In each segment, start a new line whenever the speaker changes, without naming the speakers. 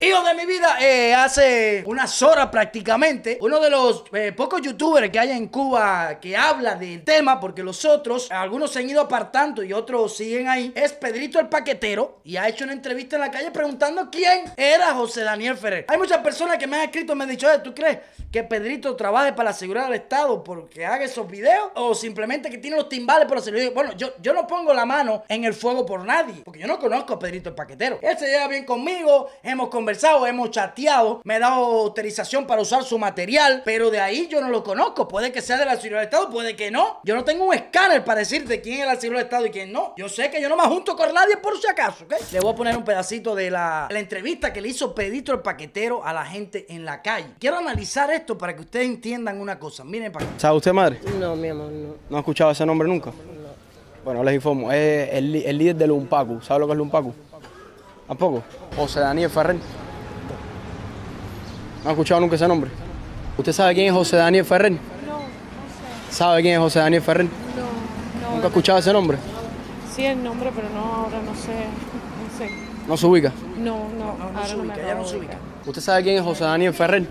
Amigo de mi vida, eh, hace unas horas prácticamente, uno de los eh, pocos youtubers que hay en Cuba que habla del tema, porque los otros, algunos se han ido apartando y otros siguen ahí, es Pedrito el Paquetero y ha hecho una entrevista en la calle preguntando quién era José Daniel Ferrer. Hay muchas personas que me han escrito y me han dicho, "Oye, ¿tú crees que Pedrito trabaje para la seguridad del Estado porque haga esos videos? O simplemente que tiene los timbales, pero se le digo, bueno, yo, yo no pongo la mano en el fuego por nadie, porque yo no conozco a Pedrito el Paquetero. Él se lleva bien conmigo, hemos conversado, hemos chateado, me ha dado autorización para usar su material, pero de ahí yo no lo conozco. Puede que sea de la seguridad del Estado, puede que no. Yo no tengo un escáner para decirte quién es la seguridad del Estado y quién no. Yo sé que yo no me junto con nadie por si acaso, ¿ok? Le voy a poner un pedacito de la, la entrevista que le hizo Pedrito el Paquetero a la gente en la calle. Quiero analizar esto para que ustedes entiendan una cosa. Miren para acá.
¿Sabe usted, madre?
No, mi amor, no.
¿No ha escuchado ese nombre nunca? Bueno, les informo. Es el, li- el líder de Lumpacu. ¿Sabe lo que es Lumpacu? ¿Tampoco? José Daniel Ferrer. ¿No ha escuchado nunca ese nombre? ¿Usted sabe quién es José Daniel Ferrer? No, no sé. ¿Sabe quién es José Daniel Ferrer?
No,
¿Nunca ha
no,
escuchado ese nombre?
sí el nombre, pero no, ahora no sé, no sé.
No se ubica.
No, no, ahora
se
no me
ubica, ya no
acabo
se
de
ubica.
ubicar.
¿Usted sabe quién es José Daniel Ferrer?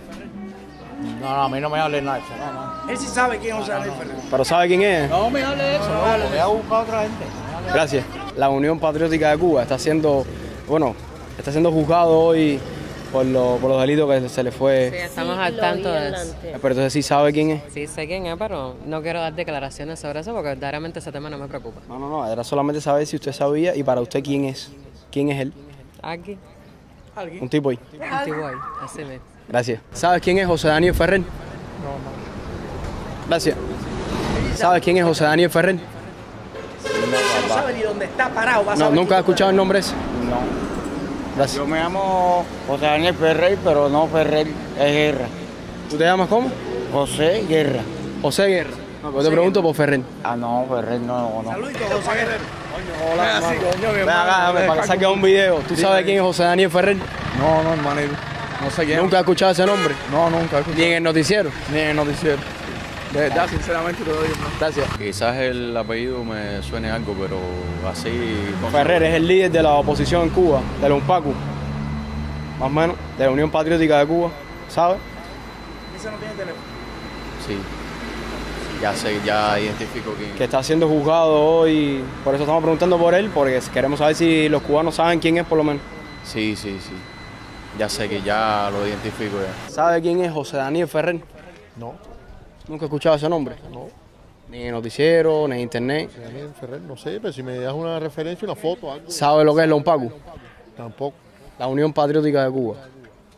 No, no, a mí no me hable nada de eso. No, no.
Él sí sabe quién es José Daniel Ferrer.
¿Pero sabe quién es?
No me hable de eso. No, voy a buscar a otra gente. No me hable
Gracias. La Unión Patriótica de Cuba está siendo, bueno, está siendo juzgado hoy por, lo- por los delitos que se le fue.
Estamos
Sí,
al
lo
tanto
vi
de eso.
adelante.
Pero entonces sí sabe quién es.
Sí, sé quién es, pero no quiero dar declaraciones sobre eso porque verdaderamente ese tema no me preocupa.
No, no, no, era solamente saber si usted sabía y para usted quién es. ¿Quién es él?
Aquí,
Un tipo ahí.
Antigua, así mismo.
Gracias. ¿Sabes quién es José Daniel Ferrer? No, no. Gracias. ¿Sabes quién es José Daniel Ferrer?
No sabe ni dónde está parado. va a
No,
saber
nunca ha
quién es.
escuchado el nombre ese.
No.
Gracias.
Yo me llamo José Daniel Ferrer, pero no Ferrer, es Guerra.
¿Tú te llamas cómo?
José Guerra.
José Guerra. No, pero yo te pregunto por Ferrer.
Ah, no, Ferrer no, no.
Saludos, José Guerrero.
Hola, Ven Ah, acá, dame, para que saques un video. ¿Tú sabes quién es José Daniel Ferrer?
No, no, hermano. No sé quién.
Nunca has escuchado ese nombre.
No, nunca. escuché.
Ni en el noticiero.
Ni en el noticiero. De verdad, sinceramente te lo digo.
Gracias.
Quizás el apellido me suene algo, pero así.
Ferrer es el líder de la oposición en Cuba, de la UNPACU, más o menos, de la Unión Patriótica de Cuba, ¿sabes?
Ese no tiene teléfono.
Sí. Ya sé, ya identifico quién.
Que está siendo juzgado hoy, por eso estamos preguntando por él, porque queremos saber si los cubanos saben quién es por lo menos.
Sí, sí, sí. Ya sé que ya lo identifico ya.
¿Sabe quién es José Daniel Ferrer?
No,
Nunca he escuchado ese nombre.
no.
Ni en noticiero, ni en internet.
Daniel Ferrer, no sé, pero si me das una referencia, una foto, algo.
¿Sabe lo que es la UNPACU?
Tampoco.
La Unión Patriótica de Cuba.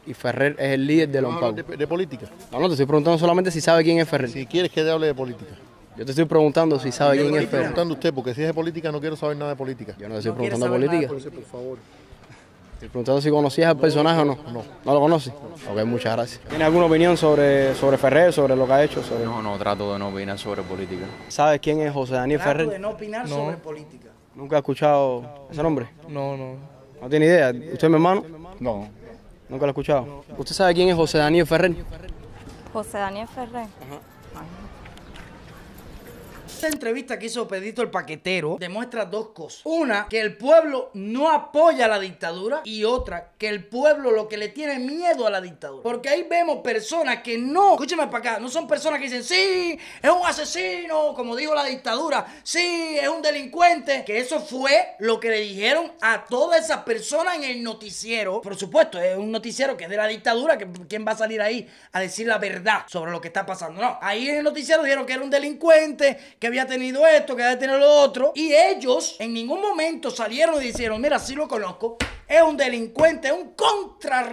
Y Ferrer es el líder de la
Vamos a hablar
UNPACU.
De, de política.
No, no, te estoy preguntando solamente si sabe quién es Ferrer.
Si quieres que te hable de política.
Yo te estoy preguntando si sabe
Yo
quién
le
es
estoy
Ferrer.
preguntando a usted, porque si es de política no quiero saber nada de política.
Yo no te estoy
quiere
preguntando
saber nada de
política.
Por favor.
Te preguntando si conocías al personaje o no. No. ¿No lo conoces? Ok, muchas gracias. ¿Tienes alguna opinión sobre, sobre Ferrer, sobre lo que ha hecho? Sobre...
No, no trato de no opinar sobre política.
¿Sabes quién es José Daniel
Trato
pues.
Ferrer?
de no opinar sobre política.
¿Nunca has escuchado ese nombre?
No, no.
No tiene idea. ¿Usted es mi hermano?
No.
Nunca lo he escuchado. ¿Usted sabe quién es José Daniel Ferrer?
José Daniel Ferrer.
Esta entrevista que hizo Pedrito el Paquetero demuestra dos cosas. Una, que el pueblo no apoya la dictadura y otra, que el pueblo lo que le tiene miedo a la dictadura. Porque ahí vemos personas que no, escúchame para acá, no son personas que dicen, sí, es un asesino, como dijo la dictadura, sí, es un delincuente. Que eso fue lo que le dijeron a todas esas personas en el noticiero. Por supuesto, es un noticiero que es de la dictadura, que quién va a salir ahí a decir la verdad sobre lo que está pasando. No, ahí en el noticiero dijeron que era un delincuente, que había tenido esto, que había tenido lo otro. Y ellos en ningún momento salieron y dijeron, mira, sí lo conozco. Es un delincuente, es un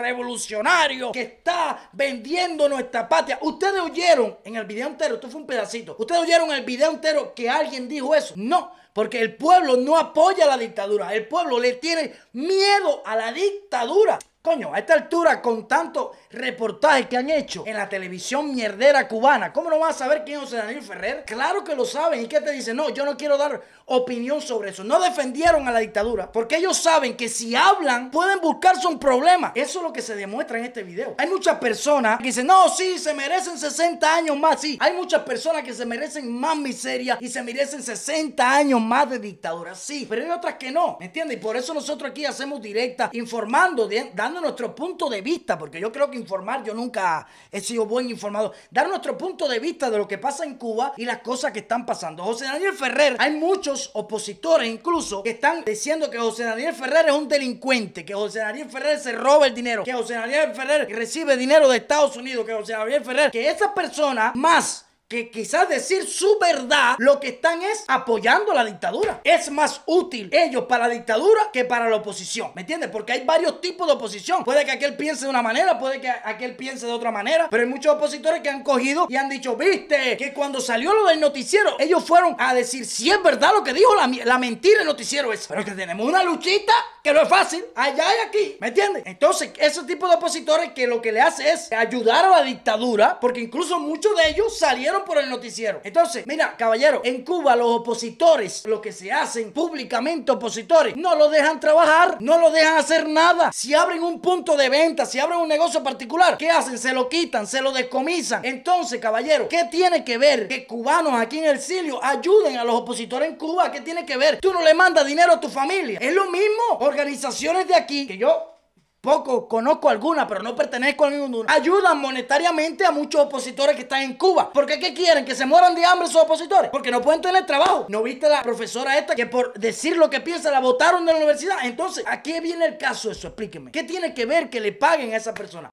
contrarrevolucionario que está vendiendo nuestra patria. Ustedes oyeron en el video entero, esto fue un pedacito. Ustedes oyeron el video entero que alguien dijo eso. No, porque el pueblo no apoya la dictadura. El pueblo le tiene miedo a la dictadura. Coño, a esta altura, con tanto reportajes que han hecho en la televisión mierdera cubana. ¿Cómo no vas a saber quién es José Daniel Ferrer? Claro que lo saben. ¿Y qué te dicen? No, yo no quiero dar opinión sobre eso. No defendieron a la dictadura porque ellos saben que si hablan pueden buscarse un problema. Eso es lo que se demuestra en este video. Hay muchas personas que dicen, no, sí, se merecen 60 años más. Sí, hay muchas personas que se merecen más miseria y se merecen 60 años más de dictadura. Sí, pero hay otras que no. ¿Me entiendes? Y por eso nosotros aquí hacemos directa, informando, de- dando nuestro punto de vista, porque yo creo que informar, yo nunca he sido buen informado. Dar nuestro punto de vista de lo que pasa en Cuba y las cosas que están pasando. José Daniel Ferrer, hay muchos opositores incluso que están diciendo que José Daniel Ferrer es un delincuente, que José Daniel Ferrer se roba el dinero, que José Daniel Ferrer recibe dinero de Estados Unidos, que José Daniel Ferrer, que esa persona más que quizás decir su verdad, lo que están es apoyando la dictadura. Es más útil ellos para la dictadura que para la oposición. ¿Me entiendes? Porque hay varios tipos de oposición. Puede que aquel piense de una manera, puede que aquel piense de otra manera. Pero hay muchos opositores que han cogido y han dicho, viste, que cuando salió lo del noticiero, ellos fueron a decir si es verdad lo que dijo la, mi- la mentira del noticiero ese. Pero que tenemos una luchita que no es fácil, allá y aquí. ¿Me entiendes? Entonces, ese tipo de opositores que lo que le hace es ayudar a la dictadura, porque incluso muchos de ellos salieron por el noticiero. Entonces, mira, caballero, en Cuba los opositores, los que se hacen públicamente opositores, no lo dejan trabajar, no lo dejan hacer nada. Si abren un punto de venta, si abren un negocio particular, ¿qué hacen? Se lo quitan, se lo descomisan. Entonces, caballero, ¿qué tiene que ver que cubanos aquí en el exilio ayuden a los opositores en Cuba? ¿Qué tiene que ver? Tú no le mandas dinero a tu familia. Es lo mismo. Organizaciones de aquí que yo poco, conozco alguna, pero no pertenezco a ninguna. Ayudan monetariamente a muchos opositores que están en Cuba. ¿Por qué qué quieren? ¿Que se mueran de hambre esos opositores? Porque no pueden tener trabajo. ¿No viste la profesora esta que por decir lo que piensa la votaron de la universidad? Entonces, ¿a qué viene el caso eso? Explíqueme. ¿Qué tiene que ver que le paguen a esa persona?